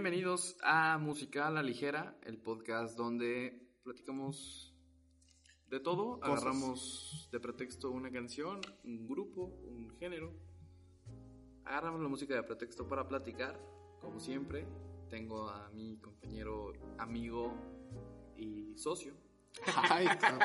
Bienvenidos a Música a la Ligera, el podcast donde platicamos de todo, Cosas. agarramos de pretexto una canción, un grupo, un género, agarramos la música de pretexto para platicar, como siempre. Tengo a mi compañero, amigo y socio, Ay, cabrón.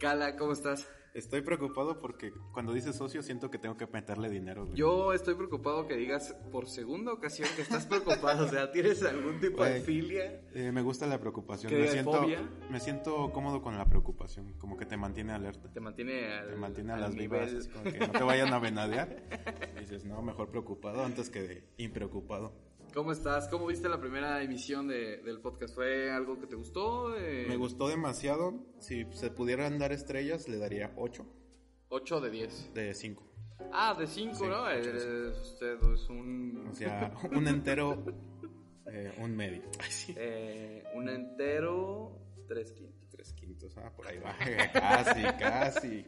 Cala, ¿cómo estás? Estoy preocupado porque cuando dices socio siento que tengo que meterle dinero. güey. Yo estoy preocupado que digas por segunda ocasión que estás preocupado, o sea, ¿tienes algún tipo de Güey. filia? Eh, me gusta la preocupación. ¿Qué Me de siento, fobia? me siento cómodo con la preocupación, como que te mantiene alerta. Te mantiene al, Te mantiene a al las vivas, nivel. así como que no te vayan a venadear. Y dices, no, mejor preocupado antes que de impreocupado. ¿Cómo estás? ¿Cómo viste la primera emisión de- del podcast? ¿Fue algo que te gustó? Eh, Me gustó demasiado. Si se pudieran dar estrellas, le daría 8 8 de 10. de 5. Ah, de 5, Sí, ¿no? ocho Eh, de usted es un, O sea, un entero, eh, un medio. Ay, sí. eh, un entero, 3 quintos. Tres quintos, ah, por ahí va. Casi, casi.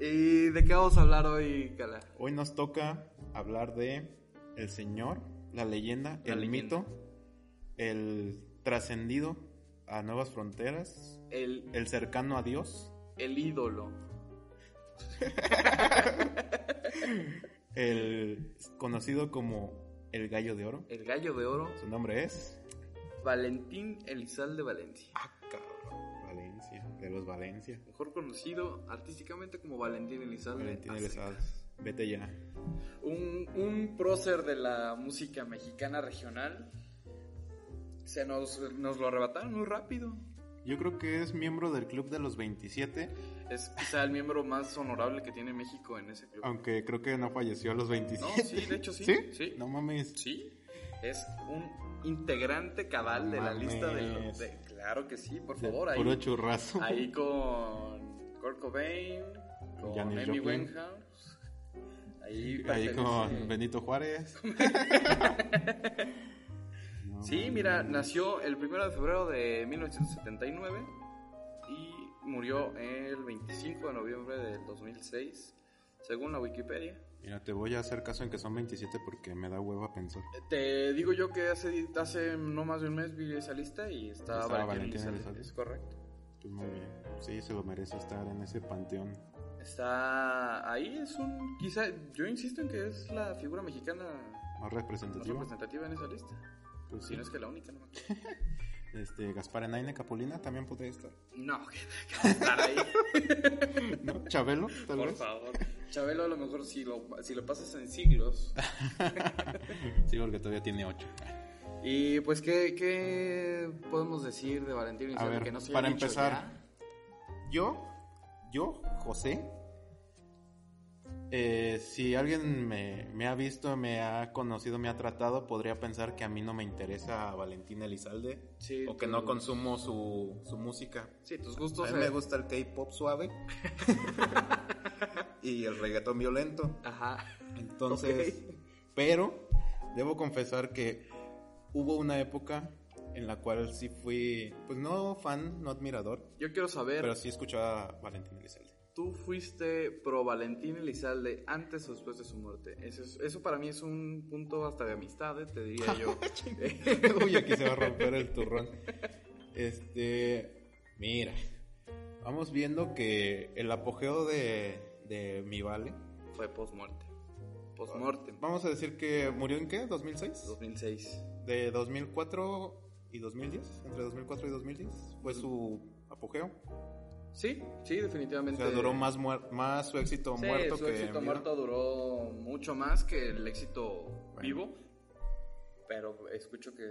¿Y de qué vamos a hablar hoy, Cala? Hoy nos toca hablar de el señor, la leyenda, La el leyenda. mito, el trascendido a nuevas fronteras, El, el cercano a Dios, el ídolo. el conocido como el gallo de oro. El gallo de oro, Su nombre es Valentín Elizalde Valencia. Valencia, de los Valencia. Mejor conocido artísticamente como Valentín Elizalde. Valentín Azteca. Elizados. Vete ya. un, un prócer de la música mexicana regional. Se nos, nos lo arrebataron muy rápido. Yo creo que es miembro del club de los 27, Es quizá el miembro más honorable que tiene México en ese club. aunque creo que no falleció a los No, 27. sí, de hecho sí. ¿Sí? Sí. No mames. Sí. Es un integrante cabal de la Mames. lista de, los- de- Claro que sí, por favor. De puro Ahí, churrazo. ahí con Kurt Cobain, con Janis Amy Joplin. Winehouse. Ahí, Ahí pertenece- con Benito Juárez. No, Sí, mames. mira, nació el 1 de febrero de 1979 y murió el 25 de noviembre del 2006, según la Wikipedia. Mira, te voy a hacer caso en que son 27 porque me da hueva pensar. Te digo yo que hace, hace no más de un mes vi esa lista y estaba, Estaba Valentín Valentín Elizalde, Elizalde. Es correcto. Pues muy bien. Sí, se lo merece estar en ese panteón. Está ahí, es un... Quizá, yo insisto en que es la figura mexicana Más más representativo. representativa en esa lista. Pues Si sí. no es que la única, no me acuerdo. Este, Gaspar Enaine Capulina también podría estar. No, que que estar ahí. ¿No? Chabelo, tal Por vez. favor. Chabelo, a lo mejor si lo, si lo pasas en siglos. Sí, porque todavía tiene 8. Y pues, ¿qué, qué podemos decir de Valentín A Elizalde ver, que no se haya para dicho empezar, ya? yo, yo, José, eh, si alguien me, me ha visto, me ha conocido, me ha tratado, podría pensar que a mí no me interesa a Valentín Elizalde Sí, o que tú- no consumo su, su música. Sí, tus A gustos. mí me eh, gusta el K-pop suave y el reggaetón violento. Ajá. Entonces, Ok. pero debo confesar que hubo una época en la cual sí fui, pues no fan, no admirador, Yo quiero saber, pero sí escuchaba a Valentín Elizalde. ¿tú fuiste pro Valentín Elizalde antes o después de su muerte? Eso, es- eso para mí es un punto hasta de amistad, eh, te diría yo. Uy, aquí se va a romper el turrón. Este, mira, vamos viendo que el apogeo de, de mi vale, Fue post-muerte. Post-muerte, vamos a decir que murió en qué, 2006, 2006. de 2004 y 2010, entre 2004 y 2010 fue su apogeo. Sí, sí, O definitivamente. sea, duró más, muer- más su éxito Sí, muerto su que éxito vivo. muerto duró mucho más que el éxito vivo. Pero escucho que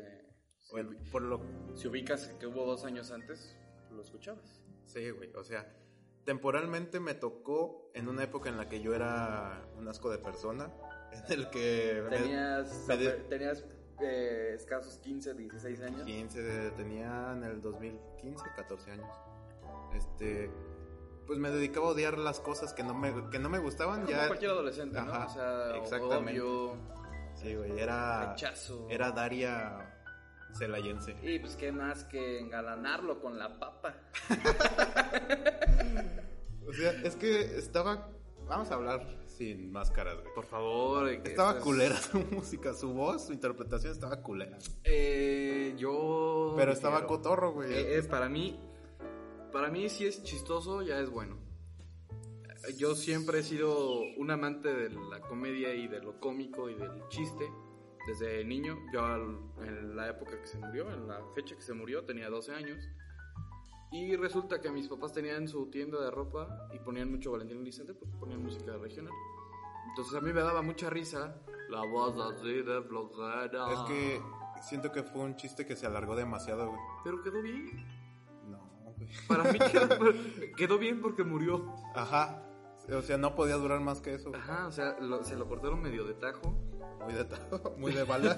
si, Bueno, por lo si ubicas que hubo dos años antes, lo escuchabas. Sí, güey, o sea, temporalmente me tocó en una época en la que yo era un asco de persona, en el que me- Tenías, me de- tenías eh, escasos 15, 16 años. 15, tenía en el 2015, 14 años. Este, pues me dedicaba a odiar las cosas que no me, que no me gustaban, Como ya cualquier adolescente, Ajá, ¿no? O sea, exactamente. odio, Sí, güey, era rechazo. era Daria celayense. Y pues qué más que engalanarlo con la papa. O sea, es que estaba Vamos a hablar sin máscaras, güey. Por favor. eh, que Estaba estas- culera su música, su voz, su interpretación estaba culera. Eh, yo. Pero estaba quiero. cotorro, güey. Eh, eh, para mí, para mí si es chistoso ya es bueno. Eh, Yo siempre he sido un amante de la comedia y de lo cómico y del chiste. Desde niño, yo al- en la época que se murió, en la fecha que se murió, tenía 12 años. Y resulta que mis papás tenían su tienda de ropa y ponían mucho Valentín Elizalde porque ponían música regional. Entonces a mí me daba mucha risa la voz así de flojera. es que siento que fue un chiste que se alargó demasiado, güey. Pero quedó bien. No, güey. Para mí quedó, quedó bien porque murió. Ajá. O sea, no podía durar más que eso. güey. Ajá, o sea, lo- se lo cortaron medio de tajo. Muy de, ta- muy de bala.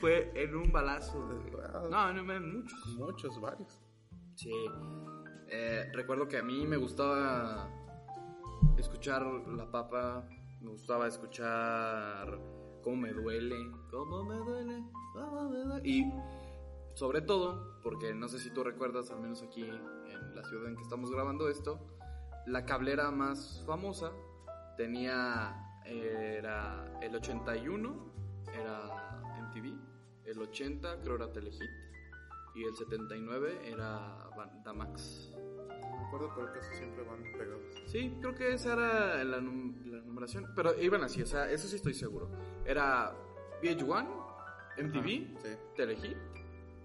Fue en un balazo. güey. Wow. No, no me muchos. Muchos, varios. Sí. Eh, recuerdo que a mí me gustaba escuchar La Papa, me gustaba escuchar Cómo me duele, cómo me duele, cómo me duele. Y sobre todo, porque no sé si tú recuerdas, al menos aquí en la ciudad en que estamos grabando esto, la cablera más famosa tenía, era el 81, era MTV, el 80 creo era Telehit y el 79 era Van- Damax. Me acuerdo, pero casi siempre van pegados. Sí, creo que esa era la, num- la numeración, pero iban así, o sea, eso sí estoy seguro. Era VH1, MTV, Ajá, sí. Telehit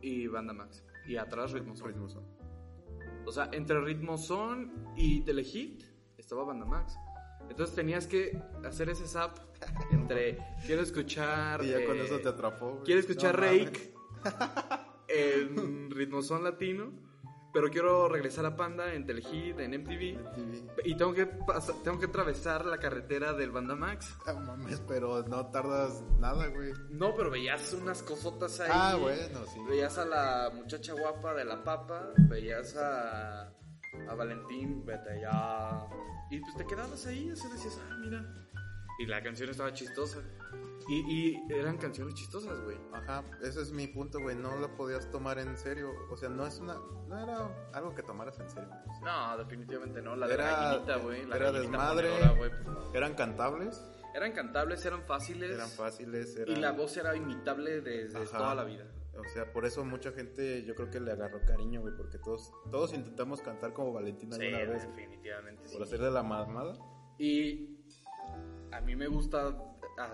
y Banda Max. Y atrás Ritmo Son. Ritmo son. O sea, entre Ritmo Son y Telehit estaba Banda Max. Entonces tenías que hacer ese zap entre quiero escuchar. Y ya con eh, eso te atrapó, güey. Quiero escuchar No mames. Rake en Ritmo Son Latino, pero quiero regresar a Panda en Telehit, en MTV. Sí. Y tengo que, pas- tengo que atravesar la carretera del Banda Max. Ah, mames, pero no tardas nada, güey. No, pero veías unas cosotas ahí. Ah, bueno, sí. Veías a la muchacha guapa de la papa, veías a, a Valentín, vete allá. Y pues te quedabas ahí, así decías, ah, mira. Y la canción estaba chistosa. Y, y eran canciones chistosas, güey. Ajá, ese es mi punto, güey. No lo podías tomar en serio. O sea, no es una. No era algo que tomaras en serio. güey. No, definitivamente no. La de Era- la gallinita, güey. La era gallinita desmadre. ponedora, güey, pues, no. Eran cantables, Eran cantables, eran fáciles. eran fáciles, y eran. la voz era imitable desde Ajá. toda la vida. O sea, por eso mucha gente yo creo que le agarró cariño, güey. Porque todos, todos intentamos cantar como Valentín Sí, alguna vez. definitivamente. sí. Por hacer de la mamada. Y a mí me gusta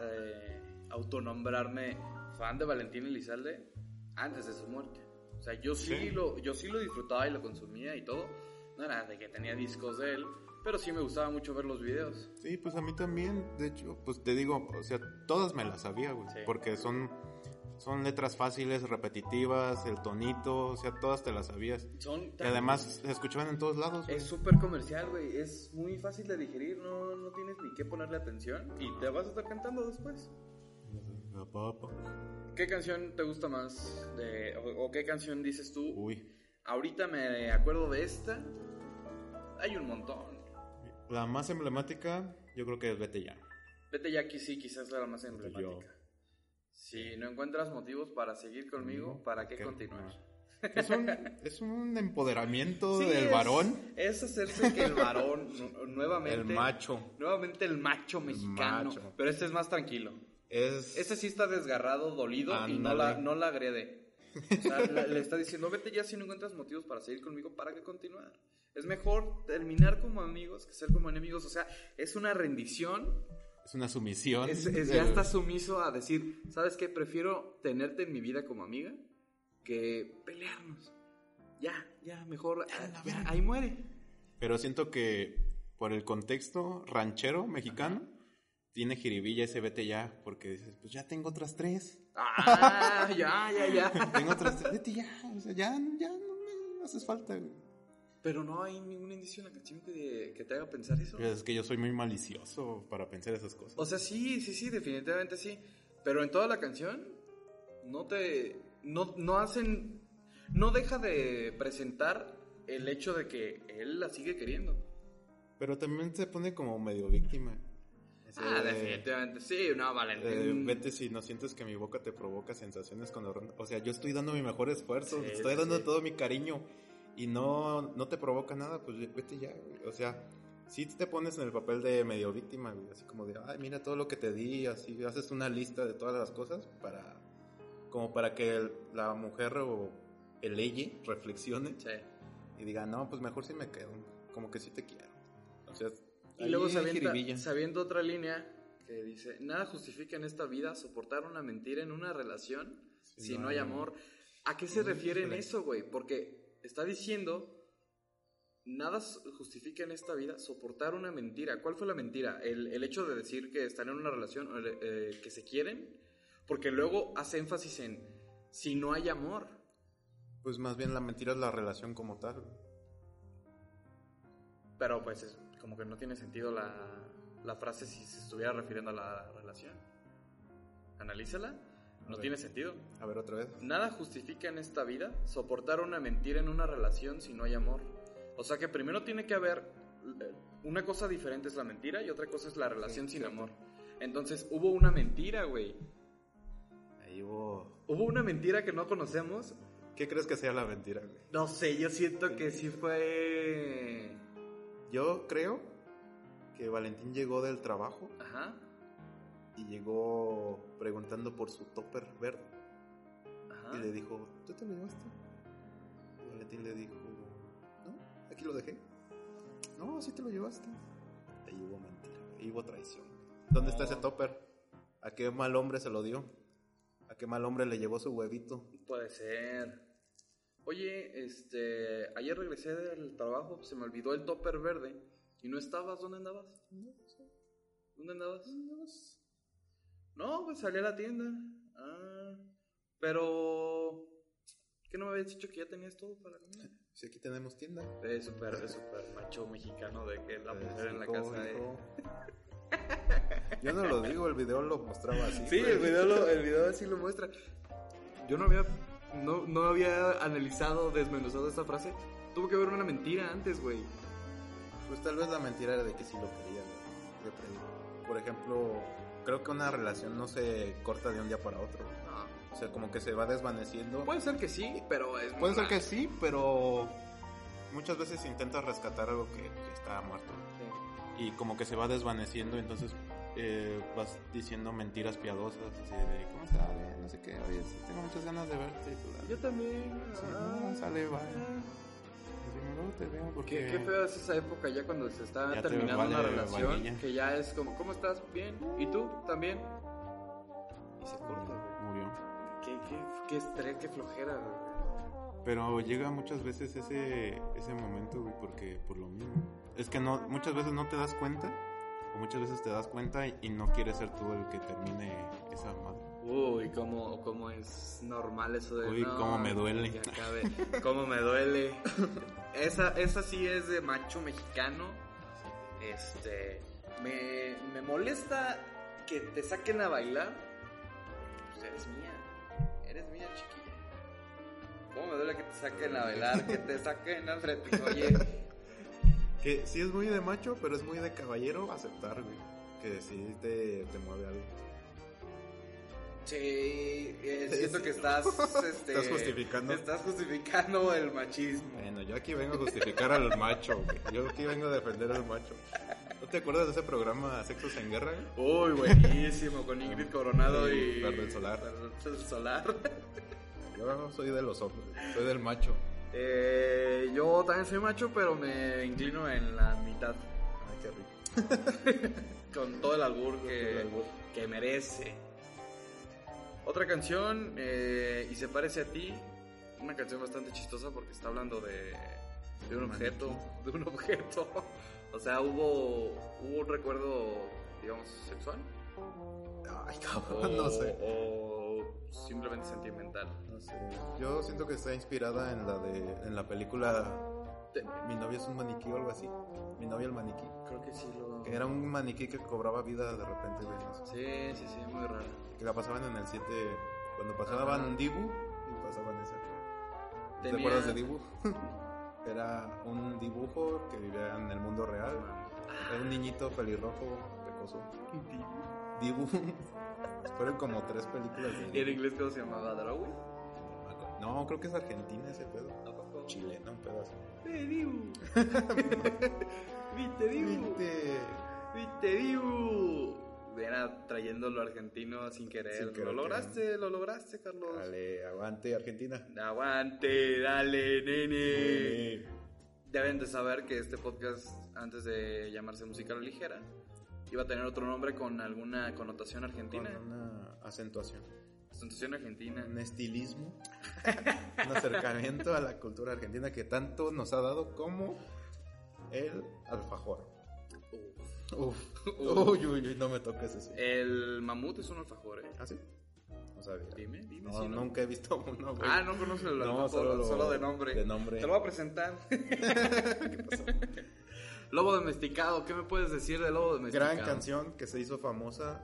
eh, autonombrarme fan de Valentín Elizalde antes de su muerte. O sea, yo sí, Sí. Lo, yo sí lo disfrutaba y lo consumía y todo. No era de que tenía discos de él, pero sí me gustaba mucho ver los videos. Sí, pues a mí también, de hecho, pues te digo, o sea, todas me las sabía, güey, Sí. porque son son letras fáciles, repetitivas, el tonito, o sea, todas te las sabías. Son Y además se escuchaban en todos lados. güey. Es súper comercial, güey. Es muy fácil de digerir. No, no tienes ni que ponerle atención. Y te vas a estar cantando después. La papa. ¿Qué canción te gusta más? de- o, o qué canción dices tú? Uy, Ahorita me acuerdo de esta. Hay un montón. la más emblemática, yo creo que es Vete ya. Vete ya que sí, quizás la más emblemática. Yo. Si no encuentras motivos para seguir conmigo, Mm, ¿para qué ¿qué? continuar? Es un es un empoderamiento Sí, del es- varón, Es hacerse que el varón, nu- nuevamente. el macho. Nuevamente el macho mexicano. macho. Pero este es más tranquilo. Es Este sí está desgarrado, dolido y no la, Ándale. no la agrede. O sea, la- le está diciendo, vete ya si no encuentras motivos para seguir conmigo, ¿para qué continuar? Es mejor terminar como amigos que ser como enemigos. O sea, es una rendición. es una sumisión. Es, es- ya estás sumiso a decir, ¿sabes qué? Prefiero tenerte en mi vida como amiga que pelearnos. Ya, ya, mejor. ah, ya, ahí muere. Pero siento que por el contexto ranchero mexicano, tiene jiribilla ese vete ya, porque dices, pues ya tengo otras tres. Ah, ya, ya, ya. Tengo otras tres, vete ya, o sea, ya, ya no me haces falta, güey. Pero no hay ningún indicio en la canción que, que te haga pensar eso. Pero Pues es que yo soy muy malicioso para pensar esas cosas. O sea, sí, sí, sí, definitivamente sí. Pero en toda la canción no te. No, no hacen. No deja de presentar el hecho de que él la sigue queriendo. Pero también se pone como medio víctima. Ese ah, de- definitivamente Mm. sí, no, de, Valentín. Eh, vete si no sientes que mi boca te provoca sensaciones cuando... ron- O sea, yo estoy dando mi mejor esfuerzo, Sí, te estoy sí, dando sí. todo mi cariño y no, no te provoca nada, pues vete ya, güey. O sea, sí te pones en el papel de medio víctima, güey, así como de, ay, mira todo lo que te di, así haces una lista de todas las cosas para, como para que el- la mujer o el ella reflexione Sí. y diga, no, pues mejor sí me quedo, como que sí te quiero. O sea, Y ahí luego hay sabiendo, jiribilla. sabiendo otra línea que dice, nada justifica en esta vida soportar una mentira en una relación Sí, si no hay amor. ¿A qué se Híjole. refiere en eso, güey? Porque está diciendo, nada s- justifica en esta vida soportar una mentira. ¿Cuál fue la mentira? ¿El, el hecho de decir que están en una relación, o el- eh, que se quieren? Porque luego hace énfasis en, si no hay amor. Pues más bien la mentira es la relación como tal. güey. Pero pues es como que no tiene sentido la, la frase si se estuviera refiriendo a la relación. Analízala. No Ok. tiene sentido. A ver, otra vez. Nada justifica en esta vida soportar una mentira en una relación si no hay amor. O sea que primero tiene que haber eh, una cosa diferente es la mentira y otra cosa es la relación sin cierto. amor. Entonces hubo una mentira, güey. Ahí hubo... Hubo una mentira que no conocemos. ¿Qué crees que sea la mentira, güey? No sé, yo siento que sí fue... Yo creo que Valentín llegó del trabajo Ajá. y llegó preguntando por su topper verde. Ajá. Y le dijo, ¿tú te lo llevaste? Y Valentín le dijo, no, aquí lo dejé. No, sí te lo llevaste. Ahí hubo mentira, ahí hubo traición. ¿Dónde está ese topper? ¿A qué mal hombre se lo dio? ¿A qué mal hombre le llevó su huevito? Puede ser. Oye, este, ayer regresé del trabajo, se me olvidó el topper verde y no estabas, ¿dónde andabas? ¿Dónde andabas? No, pues salí a la tienda. Ah, pero ¿qué no me habías dicho que ya tenías todo para comer? Si aquí tenemos tienda. Es Eh, súper, es súper macho mexicano de que la Eh, mujer en la hijo, casa de- hijo. Yo no lo digo, el video lo mostraba así. Sí, güey. el video, lo- el video así lo muestra. Yo no había, no, no había analizado, desmenuzado esta frase. Tuvo que haber una mentira antes, güey. Pues tal vez la mentira era de que sí lo quería, güey. Le pedí. Por ejemplo, creo que una relación no se corta de un día para otro. güey. No. O sea, como que se va desvaneciendo. Puede ser que sí, pero es Puede ser que sí, pero muchas veces intentas rescatar algo que, que está muerto. Y como que se va desvaneciendo, entonces eh, vas diciendo mentiras piadosas. Así de, ¿cómo está? Bien, No sé qué. Oye, sí, tengo muchas ganas de verte. y tú, "Ah, Yo también. sí, ah. no, sale, bye". Así, "Luego te veo Qué, porque... qué feo es esa época ya cuando se está Ya te terminando una vale relación. vainilla. Que ya es como, ¿cómo estás? Bien. ¿Y tú? ¿También? Y se corta. Murió. Qué, qué, qué estrés, qué flojera. güey. Pero llega muchas veces ese, ese momento, güey, porque por lo mismo. Es que no, muchas veces no te das cuenta, o muchas veces te das cuenta y, y no quieres ser tú el que termine esa madre. Uy, cómo, cómo es normal eso de. Uy, "No, cómo me duele". que acabe. cómo me duele. Esa, esa sí es de macho mexicano. Este. Me, me molesta que te saquen a bailar. Pues eres mía. Eres mía, chiquilla. ¿Cómo me duele que te saquen a bailar? Que te saquen al frente. Oye, Que sí es muy de macho, pero es muy de caballero aceptar, güey. Que sí te, te mueve algo. sí, eh, siento que estás. Este, Estás justificando. Estás justificando el machismo. Bueno, yo aquí vengo a justificar al macho, güey. Yo aquí vengo a defender al macho. ¿No te acuerdas de ese programa Sexos en Guerra? güey? Uy, buenísimo, con Ingrid Coronado Sí, y... Perdón Solar. Perdón Solar. Yo soy de los hombres, soy del macho. Eh, yo también soy macho, pero me inclino en la mitad, Ay, qué rico. con todo el albur que, albur. que merece. Otra canción, eh, Y se parece a ti, una canción bastante chistosa porque está hablando de, de un Maniquí. objeto, de un objeto. O sea, hubo, hubo un recuerdo, digamos, sexual. Ay, O, cabrón, no sé. o simplemente sentimental. No sé. Yo siento que está inspirada en la de en la película Te- Mi novia es un maniquí o algo así. Mi novia el maniquí. Creo que sí lo. Que era un maniquí que cobraba vida de repente, güey, no sé. Sí, sí, sí, muy raro. Que la pasaban en el 7 cuando pasaban Ajá. Dibu y pasaban esa. ¿Te Tenía- acuerdas de Dibu? era un dibujo que vivía en el mundo real. Era Ah. un niñito pelirrojo, pecoso. Dibu. Fueron como tres películas de ¿Y en Dibu. inglés cómo se llamaba? ¿Darawi? No, creo que es Argentina ese pedo. ¿A poco? chileno, un pedazo. Te digo. Te digo. Viste. Te digo. Era trayéndolo argentino sin querer. Sin querer, lo lograste, lo lograste, Carlos. Dale, aguante, Argentina. Aguante, dale, nene. Eh, Deben de saber que este podcast, antes de llamarse Música a la Ligera, iba a tener otro nombre con alguna connotación Con argentina. una acentuación. Connotación argentina. un estilismo, un acercamiento a la cultura argentina que tanto nos ha dado como el alfajor. Uf. Uf, Uf. Eh. uy, uy, uy, no me toques eso. Uh, El mamut es un alfajor, ¿eh? ¿Ah, sí? No sabía. Dime, dime No, si no. nunca he visto uno, güey. Ah, no conoces el No, alfajor, solo, lo- de nombre. De nombre. Te lo voy a presentar. Lobo domesticado, ¿qué me puedes decir de Lobo domesticado? Gran canción que se hizo famosa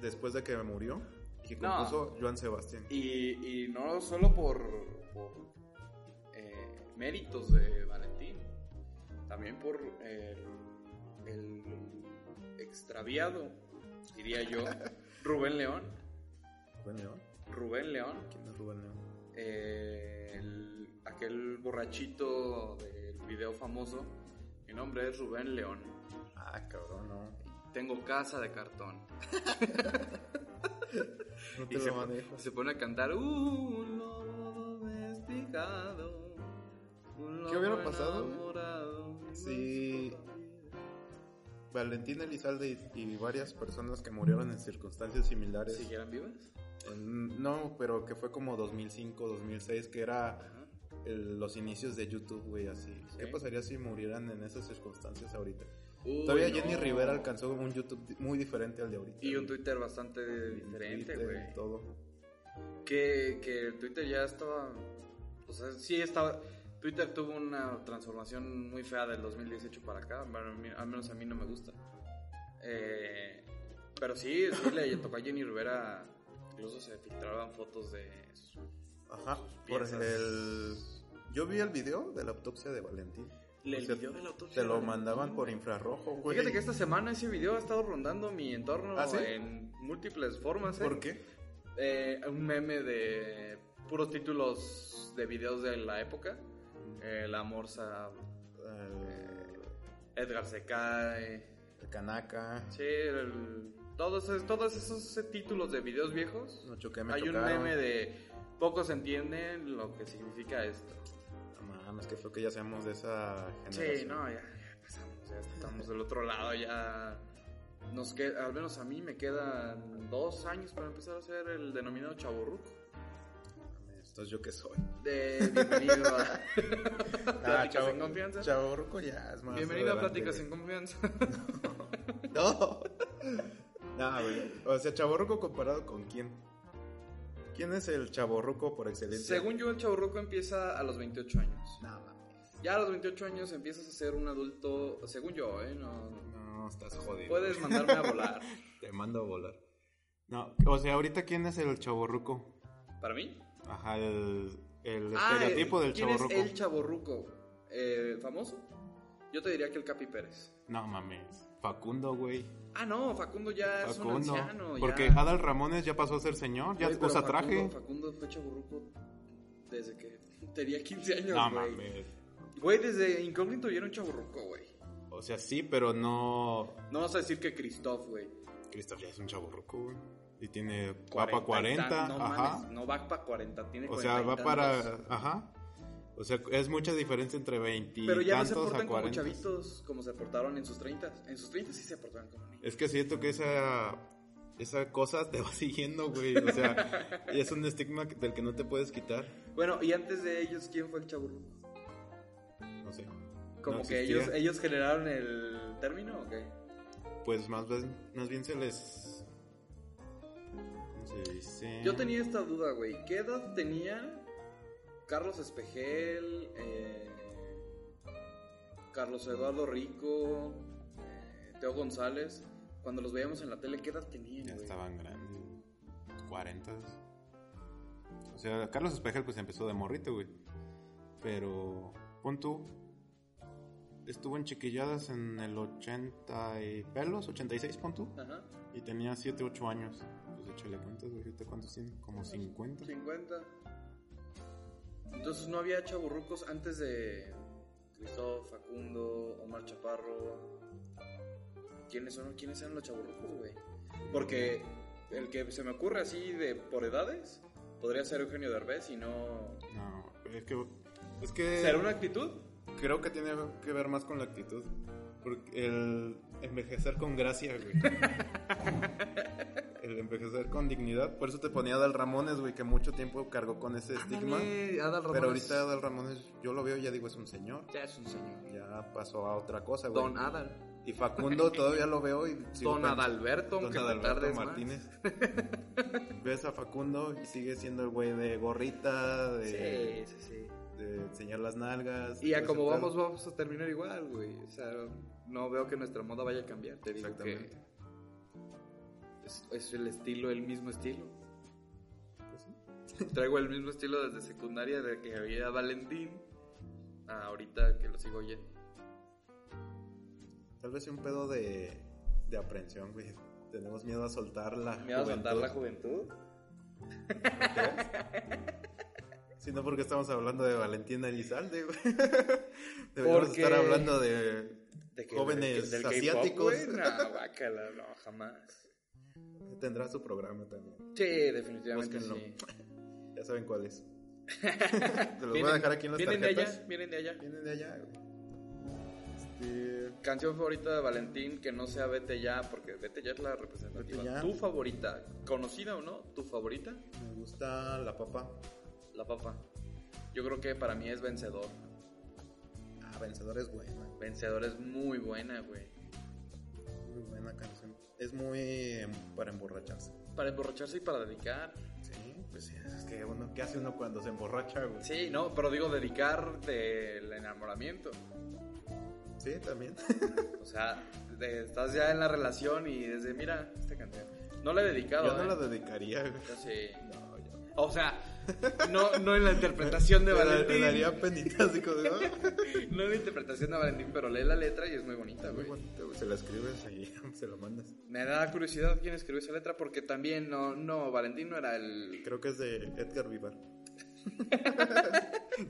después de que murió y que No. compuso Joan Sebastián. Y, y no solo por, por, eh, méritos de Valentín, también por el, el extraviado, diría yo, Rubén León. Rubén León. Rubén León, ¿Quién es Rubén León? eh, el- aquel borrachito del video famoso. Mi nombre es Rubén León. Ah, cabrón, no. Tengo casa de cartón. No te Y se, lo pone- manejo. se pone a cantar "Uh, un lobo domesticado. un ¿Qué hubiera lobo pasado enamorado, si- Valentín Elizalde y, y varias personas que murieron en circunstancias similares. ¿Siguieran vivas? En- no, pero que fue como 2005, 2006, que era Ajá. el- los inicios de YouTube, güey, así. ¿Qué Ok. pasaría si murieran en esas circunstancias ahorita? Uy, Todavía no. Jenny Rivera alcanzó un YouTube di- muy diferente al de ahorita. Y un güey. Twitter bastante Y un diferente, Twitter y güey. Todo. Que, que el Twitter ya estaba. O sea, sí estaba. Twitter tuvo una transformación muy fea del 2018 para acá. bueno, a mí- al menos a mí no me gusta. Eh, pero sí, sí le tocó a Jenny Rivera. Incluso se filtraban fotos de su Ajá. Por piezas. el... Yo vi el video de la autopsia de Valentín. Le O sea, de la autopsia. Pues, Te lo mandaban por infrarrojo, güey. Fíjate que esta semana ese video ha estado rondando mi entorno ¿Ah, sí? en múltiples formas. ¿eh? ¿Por qué? Eh, un meme de puros títulos de videos de la época. Eh, la Morsa, El, Edgar se cae. el Canaca. Sí, el- todos, es- todos esos títulos de videos viejos. No choqué, me Hay chocaron. un meme de pocos entienden lo que significa esto. No mames, que fue que ya seamos de esa generación. Sí, no, ya, ya pasamos, ya estamos del otro lado, ya nos queda, al menos a mí me quedan dos años para empezar a hacer el denominado chaborruco. Mames, Entonces, ¿yo qué soy? Ah, De bienvenido a Pláticas chavo- en Confianza. Chavo Ruco ya es más. bienvenido a adelante, Pláticas en güey. Confianza. No. no, güey. O sea, Chavo Ruco comparado con quién. ¿Quién es el Chavo Ruco por excelencia? Según yo, el chaborruco empieza a los 28 años. No, mames. Ya a los 28 años empiezas a ser un adulto, según yo, ¿eh? No, no. No, estás jodido. Puedes mandarme a volar. Te mando a volar. No, o sea, ahorita, ¿quién es el Chavo Ruco? ¿Para mí? Ajá, el, el Ah, estereotipo eh, del ¿quién Chavo es Ruco. el chaborruco? Eh, ¿Famoso? Yo te diría que el Capi Pérez. No mames. Facundo, güey. Ah, no, Facundo ya es Facundo. un anciano. ya. Porque Adal Ramones ya pasó a ser señor, ya Güey, pero usa Facundo- traje. Facundo fue chaburruco desde que tenía 15 años, No güey. mames. Güey, desde Incógnito ya era un chaburruco, güey. O sea, sí, pero no. No vas a decir que Christoph, güey. Cristóbal ya es un chavo roco, güey. Y tiene. va para y 40. tan- no ajá. mames, no va para 40, tiene o 40 sea, y va para. tantos. Ajá. O sea, es mucha diferencia entre 20 Pero y ya no se tantos a portan como 40. chavitos como se portaron en sus 30. En sus 30 sí se portaban como niños. Es que siento que esa. Esa cosa te va siguiendo, güey. O sea, y es un estigma del que no te puedes quitar. Bueno, y antes de ellos, ¿quién fue el chaburruco? No sé. Como No pues que existía. ellos, ellos generaron el término o qué? Pues más, bien- más bien se les. ¿Cómo se dice? Yo tenía esta duda, güey. ¿Qué edad tenía Carlos Espejel, eh, Carlos Eduardo Rico, eh, Teo González? Cuando los veíamos en la tele, ¿qué edad tenían, Ya güey? estaban grandes. 40. O sea, Carlos Espejel pues empezó de morrito, güey. Pero, pon tú. Estuvo en chiquilladas en el 80 y pelos, 86, pon tú. Ajá, Y tenía 7, 8 años. Pues échale cuentas, güey. ¿Ahorita cuántos tiene? Como 50. 50. Entonces no había chaburrucos antes de Cristóbal, Facundo, Omar Chaparro. ¿Quiénes son quiénes eran los chaburrucos, güey? Porque el que se me ocurre así de por edades podría ser Eugenio Derbez y no No, es que. Es que. será una actitud. Creo que tiene que ver más con la actitud. Porque el envejecer con gracia, güey. el envejecer con dignidad. Por eso te ponía Adal Ramones, güey, que mucho tiempo cargó con ese estigma. Ándale, Adal Ramones. Pero ahorita Adal Ramones, yo lo veo y ya digo, es un señor. ya es un señor. Ya pasó a otra cosa, güey. Don Adal. Y Facundo todavía lo veo y... sigo Don pensando- Adalberto, Don aunque Adalberto tardes más. Martínez. Ves a Facundo y sigue siendo el güey de gorrita, de, sí, sí. de enseñar las nalgas. Y a todo como ese vamos, vamos a terminar igual, güey. O sea, no veo que nuestra moda vaya a cambiar. Te digo que Exactamente. es, es el estilo, el mismo estilo. pedo. Pues sí. Traigo el mismo estilo desde secundaria, de que había Valentín, a ahorita que lo sigo oyendo. Tal vez sea un pedo de, de aprensión, güey. Tenemos miedo a soltar la ¿Me vas a juventud. soltar la juventud? Sino porque estamos hablando de Valentín Elizalde, güey. Deberíamos estar hablando de... de jóvenes del K-pop, asiáticos. güey, No, bácala, no, jamás. Tendrá su programa también. Sí, definitivamente Búsquenlo. sí. Ya saben cuál es. Te los voy a dejar aquí en las vienen tarjetas. de allá, vienen de allá. Vienen de allá, güey. Este... Canción favorita de Valentín que no sea Vete Ya, porque Vete Ya es la Vete representativa. Ya. Tu favorita, conocida o no, tu favorita, Me gusta la papa. La Papa. Yo creo que para mí es Vencedor. Ah, Vencedor es buena. Vencedor es muy buena, güey. Muy buena canción. Es muy eh, para emborracharse. Para emborracharse y para dedicar. Sí, pues es que uno, ¿qué hace uno cuando se emborracha, güey? Sí, no, pero digo dedicar del enamoramiento. Sí, también. O sea, de- estás ya en la relación y desde, mira, esta canción. No la he dedicado. Yo no ¿eh? la dedicaría, güey. Yo sí. No, yo. O sea, no, no en la interpretación de Me da- me Valentín. daría penita, así como de, ah, No en la interpretación de Valentín, pero lee la letra y es muy bonita, está muy güey. bonito, güey. Se la escribes y se la mandas. Me da curiosidad quién escribió esa letra porque también no, no, Valentín no era el... Creo que es de Edgar Vivar.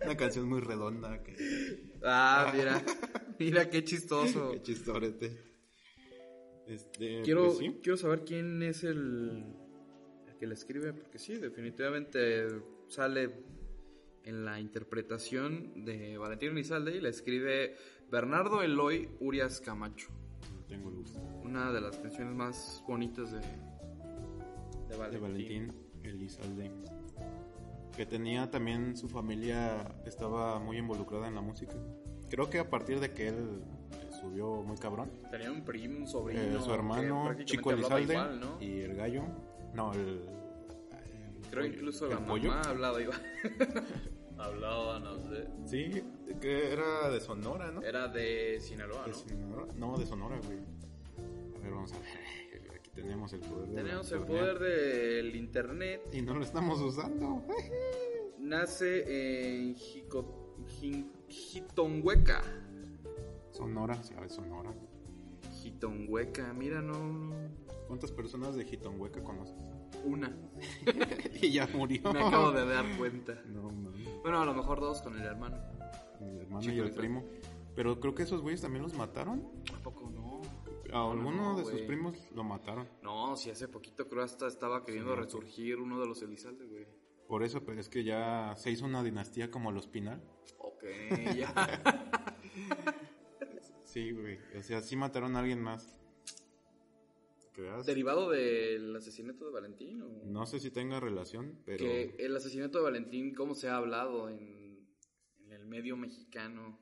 Una canción muy redonda que... Ah, mira, mira qué chistoso. Qué chistorete. Este, Quiero, pues sí. quiero saber quién es el, el que la escribe, porque sí, definitivamente sale en la interpretación de Valentín Elizalde y la escribe Bernardo Eloy Urias Camacho. No Tengo el gusto. Una de las canciones más bonitas de, de Valentín. de Valentín Elizalde. Que tenía también su familia, estaba muy involucrada en la música. Creo que a partir de que él eh, subió muy cabrón, Tenía un primo, un sobrino. eh, su que hermano prácticamente Chico hablaba Elizalde igual, ¿no? y el gallo, no, el. el Creo pollo- incluso el la pollo. mamá hablaba igual. hablaba, no sé. Sí, que era de Sonora, ¿no? Era de Sinaloa, De ¿no? Sonora. No, de Sonora, güey. A ver, vamos a ver. Aquí tenemos el poder de la Tenemos el internet. poder del internet. Y no lo estamos usando. Nace en Jico- Jin- Jitonhueca. Sonora, sí, a ver, Sonora. Jitonhueca, mira, no, no. ¿Cuántas personas de Jitonhueca conoces? Una. Y ya murió. Me acabo de dar cuenta. No, mames. Bueno, a lo mejor dos con el hermano. El hermano Chico y el Lizalde. primo. Pero creo que esos güeyes también los mataron. ¿A poco no? A alguno no, de güey. sus primos lo mataron. No, si hace poquito creo hasta estaba queriendo Sí, no. resurgir uno de los Elizalde, güey. Por eso, pero es que ya se hizo una dinastía como los Pinal. Ok, ya. Sí, güey. O sea, sí mataron a alguien más. ¿Te creas? ¿Derivado del asesinato de Valentín? o? No sé si tenga relación, pero. Que el asesinato de Valentín, ¿cómo se ha hablado en, en el medio mexicano?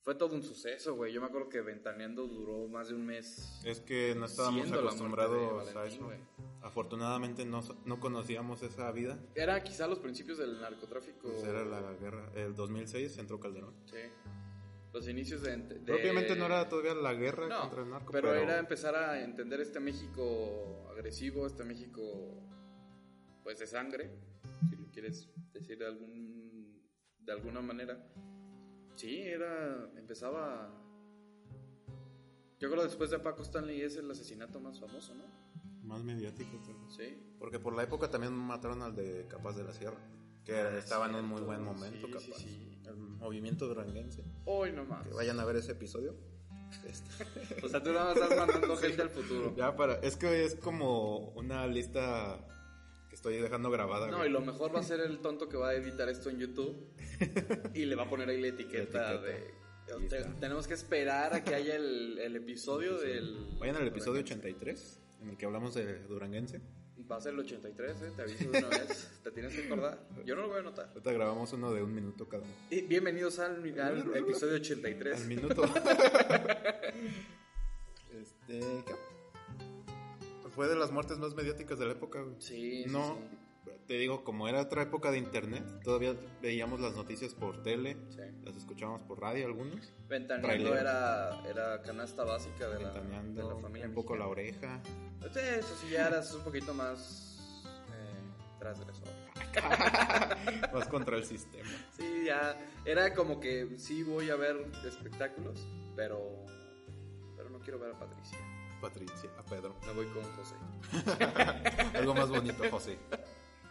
Fue todo un suceso, güey. Yo me acuerdo que Ventaneando duró más de un mes. Es que Eh, no estábamos siendo la muerte de acostumbrados a Valentín, eso. güey. Afortunadamente no, so- no conocíamos esa vida. Era quizá los principios del narcotráfico. Pues era la guerra. El 2006 entró Calderón. Sí. Los inicios de... de- Propiamente no era todavía la guerra No, contra el narco, pero, era empezar a entender este México agresivo, este México pues de sangre, si lo quieres decir de algún de alguna manera. Sí, era empezaba Yo creo después de Paco Stanley es el asesinato más famoso, ¿no? más mediático. tal vez. Sí. Porque por la época también mataron al de Capaz de la Sierra. que estaba en Ah, cierto, un muy buen sí, momento, sí, capaz. sí. El movimiento duranguense. Hoy nomás. Que vayan a ver ese episodio. Este, O sea, tú nada más estás mandando gente al futuro. ya para, es que es como una lista que estoy dejando grabada. No, güey. y lo mejor va a ser el tonto que va a editar esto en YouTube y le va a poner ahí la etiqueta, La etiqueta. de... Ahí Te- está. tenemos que esperar a que haya el, el episodio del... Vayan al episodio 83, en el que hablamos de duranguense. Va a ser el 83, eh, te aviso de una vez. Te tienes que acordar. Yo no lo voy a anotar. Ahorita grabamos uno de un minuto cada uno. Y bienvenidos al, al episodio 83. Al minuto. este, ¿qué? Fue de las muertes más mediáticas de la época, güey. Sí, sí, No, te digo, como era otra época de internet, todavía veíamos las noticias por tele, sí, sí. las escuchábamos por radio algunos, Ventaneando Trailer. era, era canasta básica de la, ventaneando de la familia un poco la mexicana. oreja. Sí, eso sí ya eras un poquito más eh, transgresor. Vas contra el sistema. Sí, ya era como que sí voy a ver espectáculos, pero pero no quiero ver a Patricia. Patricia, a Pedro. Me voy con José. Algo más bonito, José.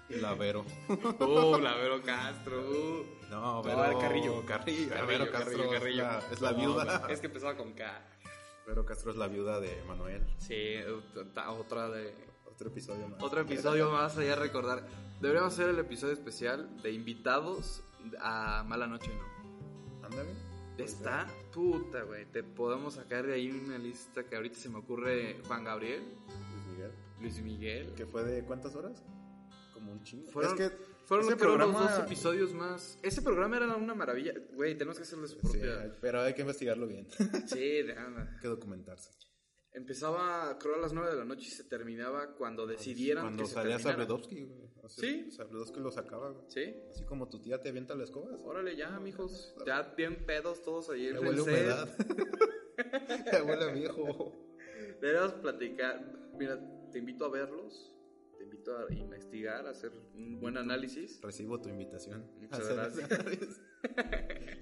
La Vero. Uh, la Vero Castro. uh. No, Vero- Vero Carrillo. Carrillo, Carrillo, Vero Castro Carrillo, es Carrillo. la- Es la, No, viuda. güey, Es que empezaba con K. Vero Castro es la viuda de Manuel. Sí, ot- ta- otra de Otro episodio más. otro episodio más allá recordar. Deberíamos hacer el episodio especial de invitados a Mala Noche, ¿no? Ándale. Pues Está puta, güey. Te podemos sacar de ahí una lista que ahorita se me ocurre Juan Gabriel, Luis Miguel. Luis Miguel. Que fue de cuántas horas? Como un chingo. Fueron- es que Fueron ese creo, los programa- dos episodios más. Ese programa era una maravilla. Güey, tenemos que hacerle su Sí, propia. pero hay que investigarlo bien. hay Sí, de nada. que documentarse. Empezaba, creo, a las 9 de la noche y se terminaba cuando decidieran Cuando que se salía terminara. Sabledowski, güey. O sea, Sí. Sabledowski lo sacaba, güey. Sí. Así como tu tía te avienta la escoba. así. Órale, ya, mijos. Ya bien pedos todos ahí. Te en huele el a set. humedad. Te huele a viejo. Deberías platicar. Mira, te invito a verlos. Te invito a investigar, a hacer un buen análisis. Recibo tu invitación. Muchas A hacer- gracias.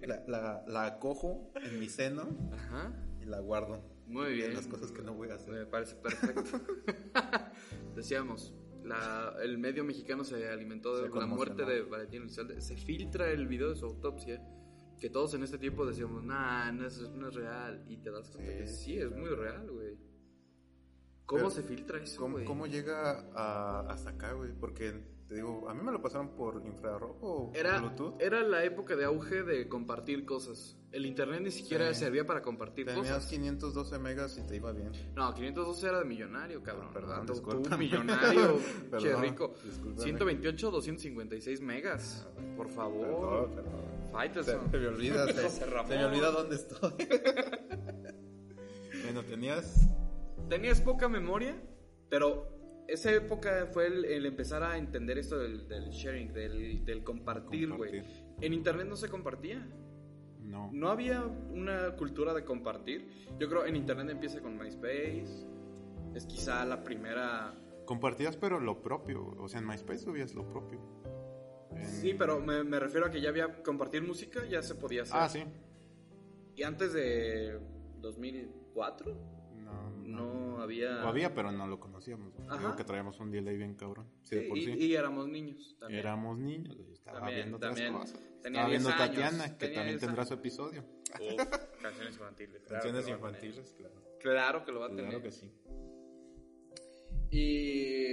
La, la, la acojo en mi seno Ajá. y la guardo. Muy De bien. las cosas que no voy a hacer. Me parece perfecto. Decíamos, la- el medio mexicano se alimentó de Se la muerte conmocionó. de Valentín Elizalde. Se filtra el video de su autopsia. Que todos en este tiempo decíamos, nah, no es, no es real. Y te das cuenta Sí, que sí, sí, es claro. muy real, güey. ¿Cómo Pero, se filtra eso, ¿Cómo, güey? cómo llega a- hasta acá, güey? Porque, te digo, a mí me lo pasaron por infrarrojo o Era, Bluetooth. era la época de auge de compartir cosas. El internet ni siquiera Sí. servía para compartir Tenías cosas. 512 megas y te iba bien. No, 512 era de millonario, cabrón. Ah, perdón, Tú- tú discúlpame. millonario, che Perdón, rico. discúlpame. Ah, 128, 256 megas. Por favor. Perdón, perdón. Se, Faitelson. se me olvida, se, José Ramón. se me olvida dónde estoy. bueno, tenías Tenías poca memoria, pero esa época fue el, el empezar a entender esto del, del sharing, del, del compartir, güey. Compartir. En internet no se compartía. No. No había una cultura de compartir. Yo creo en internet empieza con MySpace. Es quizá la primera. Compartías, pero lo propio. O sea, en MySpace subías lo propio. En- Sí, pero me, me refiero a que ya había compartir música, ya se podía hacer. Ah, sí. Y antes de 2004 No, Ah. no. no había. O había, pero no lo conocíamos. Ajá. Digo que traíamos un delay bien cabrón. Sí, Sí, de por y, sí. y éramos niños también. Éramos niños. güey, Estaba También, viendo otras también. cosas. Tenía 10 Estaba viendo años, Tatiana, que tenía también 10 tendrá años. su episodio. Uf, canciones infantiles. claro Canciones que lo va a tener. infantiles, claro. Eh, Claro que lo va a tener. Claro que sí. Y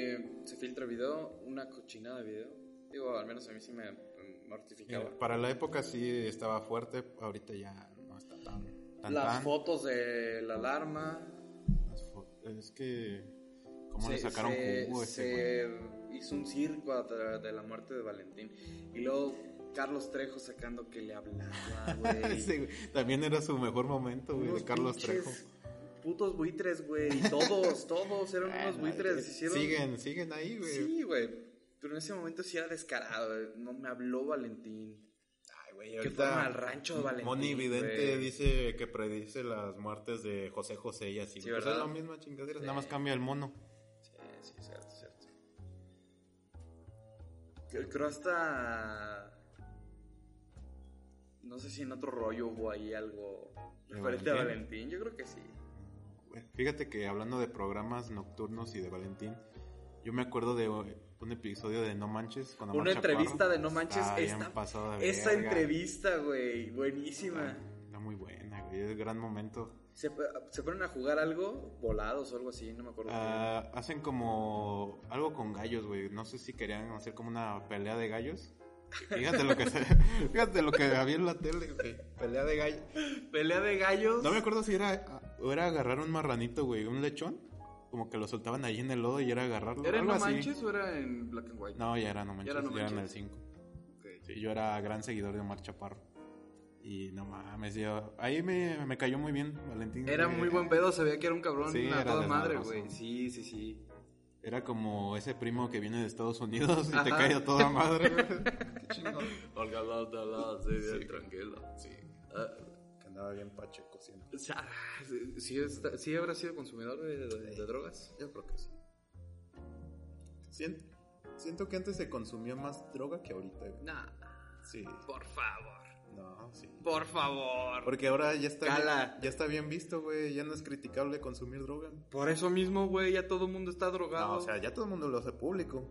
se filtra video, una cochinada de video. Digo, al menos a mí sí me mm, mortificaba. Mira, para la época sí estaba fuerte, ahorita ya no está tan. tan, Las tan. fotos de la alarma. Las fo- Es que. ¿Cómo le Se- sacaron se- jugo a ese güey? Se hizo un circo a tra- de la muerte de Valentín. Y luego Carlos Trejo sacando que le hablaba, güey. Ese güey, También era su mejor momento, güey, de Unos Carlos pinches Trejo. Putos buitres, güey. y Todos, todos eran unos Bueno, buitres. eh, hicieron- Siguen, siguen ahí, güey. Sí, güey. Pero en ese momento sí era descarado. güey. No me habló Valentín. Ay, güey, Que fueron al rancho de Valentín. Moni Vidente güey. dice que predice las muertes de José José y así. Sí, güey. Pues ¿verdad? es la misma chingadera, Sí. nada más cambia el mono. Sí, sí, cierto, cierto. Creo- Creo hasta. No sé si en otro rollo hubo ahí algo ¿De referente a Valentín? Valentín. Yo creo que sí. Fíjate que hablando de programas nocturnos y de Valentín, Yo me acuerdo de un episodio de No Manches con Omar Una Chaparro. entrevista de No Manches, Está bien esta- pasado de Esa verga. entrevista, güey, buenísima. Ah. Está muy buena, güey. Es un gran momento. Se, se ponen a jugar algo volados o algo así, no me acuerdo. qué. Ah, hacen como algo con gallos, güey. No sé si querían hacer como una pelea de gallos. Fíjate lo que se- fíjate lo que había en la tele, güey. Pelea de gallos. Pelea de gallos. No me acuerdo si era o era agarrar un marranito, güey, un lechón, como que lo soltaban ahí en el lodo y era agarrarlo. ¿Era en algo No así. Manches o era en Black and White? No, ya era no manches, era ya, No era en el Manches. 5. Ok. Sí, yo era gran seguidor de Omar Chaparro. Y no mames, yo- ahí me, me cayó muy bien Valentín. Eh, Era güey. muy buen pedo, se veía que era un cabrón Sí, a era toda madre, desmadroso. güey. Sí, sí, sí. Era como ese primo que viene de Estados Unidos y te Ajá. cae a toda madre. güey. Qué chingón. Olga, la, la, la, sí, Sí. tranquila. Sí, Ah, que andaba bien pacheco siempre. o sea, sí, está- sí habrá sido consumidor de, de- de drogas? Yo creo que sí. Siento, siento que antes se consumió más droga que ahorita. güey. Nah, Sí, por favor, no, sí. por favor. Porque ahora ya está, Cala. bien, ya está bien visto, güey. Ya no es criticable consumir droga. Por eso mismo, güey, ya todo el mundo está drogado. No, o sea, ya todo el mundo lo hace público.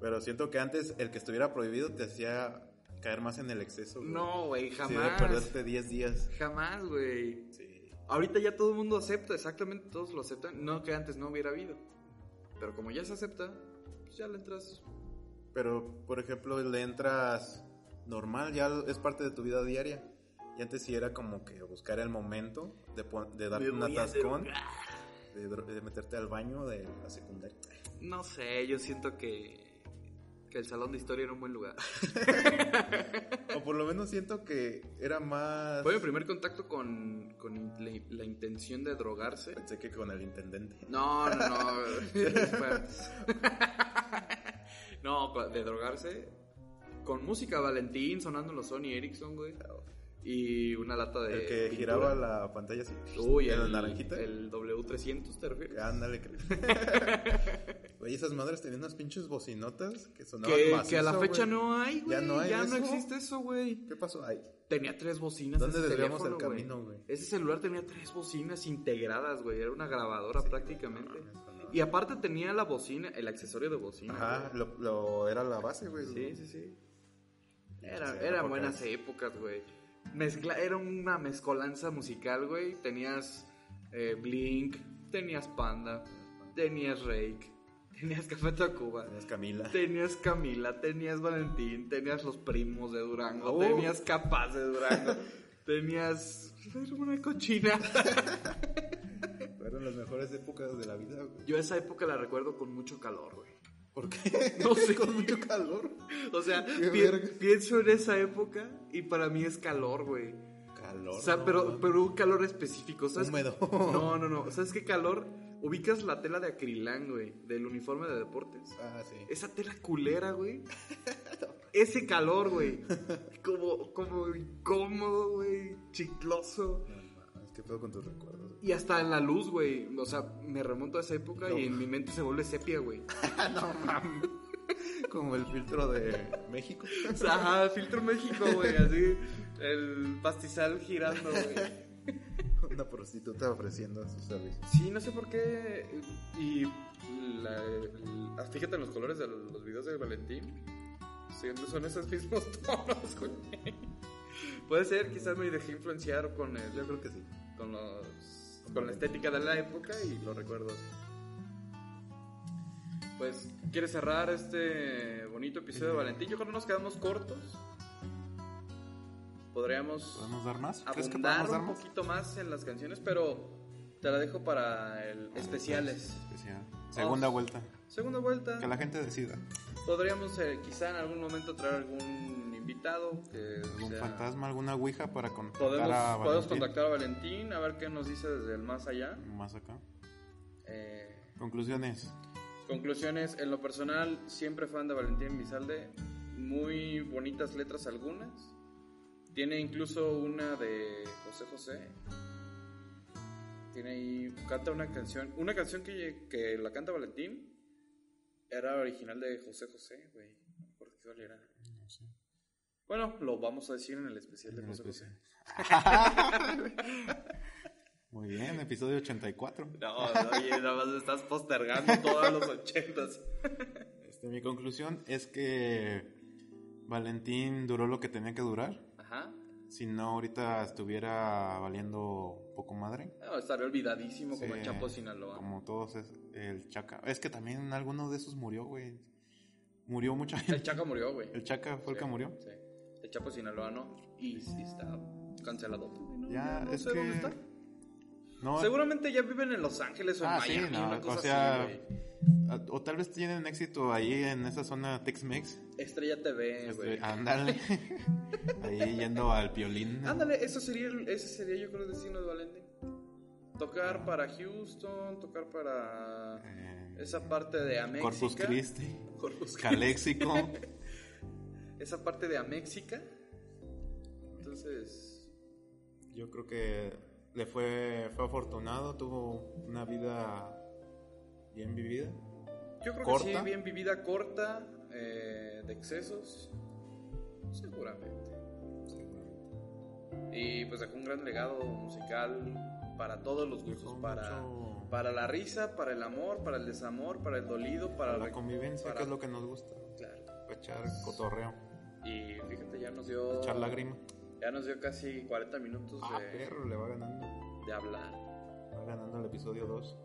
Pero siento que antes el que estuviera prohibido te hacía caer más en el exceso. güey. no, güey, Sí, de jamás. perderte 10 días. jamás, güey. Sí. Ahorita ya todo el mundo acepta, exactamente todos lo aceptan. No que antes no hubiera habido. Pero como ya se acepta, pues ya le entras. Pero, por ejemplo, le entras normal, ya es parte de tu vida diaria. Y antes sí era como que buscar el momento de, pon- de darte un atascón, de, dro- de meterte al baño de la secundaria. No sé, yo siento que, que el salón de historia era un buen lugar. O por lo menos siento que era más... Fue mi primer contacto con, con in- la, la intención de drogarse. Pensé que con el intendente. No, no, no. Espérate. no, co- de drogarse. Con música Valentín, sonando los Sony Ericsson, güey. Y una lata de. el que pintura. giraba la pantalla así. Uy, de el, la naranjita. El W300, ¿te refieres? Ándale, creo. Oye, esas madres tenían unas pinches bocinotas que sonaban que, macizo, que a la güey. fecha no hay, güey. Ya no hay eso. existe eso, güey. ¿Qué pasó? Ay, Tenía tres bocinas. ¿dónde ese desviamos el teléfono, güey. camino, güey? Ese celular tenía tres bocinas integradas, güey. Era una grabadora Sí, prácticamente. no mames, sonaba. Y aparte tenía la bocina, el accesorio de bocina. Ajá, güey. lo, lo- era la base, güey. Sí, sí, sí. Era- Sí, eran porque- buenas épocas, güey. Mezcla, era una mezcolanza musical, güey. Tenías eh, Blink, tenías Panda, tenías Rake, tenías Café Tacuba, Tenías Camila. tenías Camila, tenías Valentín, tenías Los Primos de Durango, Oh. tenías Capaz de Durango, tenías... Era una cochina. Fueron las mejores épocas de la vida, güey. Yo esa época la recuerdo con mucho calor, güey. ¿Por qué? No sé. Con mucho calor. O sea, Qué pi- verga. pienso en esa época y para mí es calor, güey. Calor. O sea, no, pero, mames. pero un calor específico, ¿sabes? Húmedo. No, no, no. ¿Sabes qué calor? Ubicas la tela de acrilán, güey, del uniforme de deportes. Ah, sí. Esa tela culera, güey. Ese calor, güey. Como, como incómodo, güey. Chicloso. No mames, ¿Qué pedo con tus recuerdos? güey? Y hasta en la luz, güey. O sea, me remonto a esa época No. y en mi mente se vuelve sepia, güey. Como el filtro de México. O sea, ajá, filtro México, güey. Así, el pastizal girando, güey. Una prostituta ofreciendo sus servicios. Sí, no sé por qué. Y la- la- fíjate en los colores de los videos de Valentín. Siempre son esos mismos tonos, güey. Puede ser, quizás me dejé influenciar con el- Yo creo que sí. con los, con la estética de la época y lo recuerdo así. Pues, ¿quieres cerrar este bonito episodio de Valentín? Yo creo que nos quedamos cortos. Podríamos ¿Podemos dar más? ¿Crees que abundar podemos dar un más? poquito más en las canciones, pero te la dejo para el Ah, especiales. Especial. Segunda Vamos. vuelta. Segunda vuelta. Que la gente decida. Podríamos eh, quizá en algún momento traer algún invitado que ¿Algún sea- fantasma, alguna ouija para contactar Podemos, a podemos Valentín? contactar a Valentín a ver qué nos dice desde el más allá. Más acá. Eh, Conclusiones. conclusiones, en lo personal, siempre fan de Valentín Elizalde. Muy bonitas letras algunas. Tiene incluso una de José José. Tiene ahí, canta una canción. Una canción que, que la canta Valentín era original de José José, güey. No me acuerdo qué cuál era. No sé. Bueno, lo vamos a decir en el especial de En el José José. especial. Muy bien, episodio 84. No, no, oye, nada más estás postergando todos los ochentas. Este, mi conclusión es que Valentín duró lo que tenía que durar. Ajá. Si no, ahorita estuviera valiendo poco madre. No, estaría olvidadísimo como Sí, el Chapo de Sinaloa. Como todos es el Chaca. Es que también alguno de esos murió, güey. Murió mucha El gente. Chaca murió, güey. El Chaca fue el que Sí, murió. Sí. El Chapo de Sinaloa no. Y sí está cancelado. ya, no es sé que. dónde está. No, Seguramente ya viven en Los Ángeles o en Ah, sí, Miami, no, una cosa o sea, así, güey. a- o tal vez tienen éxito ahí en esa zona Tex-Mex. Estrella TV, Este, güey. ándale. ahí yendo al piolín. Ándale, eso sería, el- ese sería yo creo el destino de Valentín. Tocar para Houston, tocar para Eh, esa parte de Améxica. Corpus Christi. Corpus Christi. Caléxico. Esa parte de Améxica. Entonces, Yo creo que le fue, fue afortunado, tuvo una vida bien vivida. yo creo que Corta. sí, bien vivida, corta, eh, de excesos, seguramente. Y pues dejó un gran legado musical para todos los gustos, Dejó para, mucho- para la risa, para el amor, para el desamor, para el dolido, para, la rec- convivencia, para- que es lo que nos gusta. Claro. Echar cotorreo, Y fíjate, ya nos dio. echar lágrima. Ya nos dio casi 40 minutos Ah, de, perro, le va ganando. de hablar. Va ganando el episodio 2.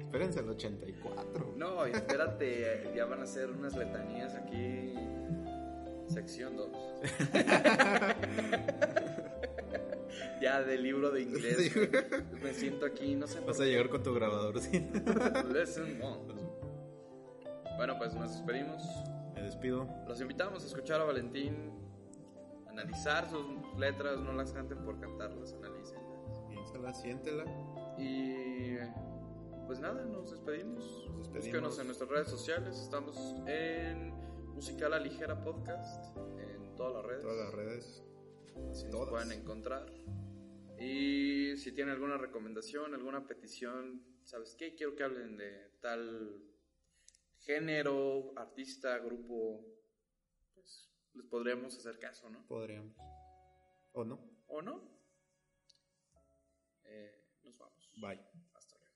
Espérense el 84. No, y espérate, eh, ya van a hacer unas letanías aquí. Sección 2. ya del libro de inglés. Me siento aquí, no sé por Vas a llegar con tu grabador, sí. qué. Lesson one. Bueno, pues nos despedimos. Me despido. Los invitamos a escuchar a Valentín, analizar sus letras, no las canten por cantarlas, analícenlas. Piénsala, siéntela. Y pues nada, nos despedimos. Nos despedimos. Búsquenos en nuestras redes sociales. Estamos en Música La Ligera Podcast. En todas las redes. Todas las redes. Si nos todas. pueden encontrar. Y si tienen alguna recomendación, alguna petición, ¿sabes qué? Quiero que hablen de tal género, artista, grupo. Pues les podríamos hacer caso, ¿no? Podríamos. ¿O no? ¿O no? Eh, nos vamos. Bye. Hasta luego.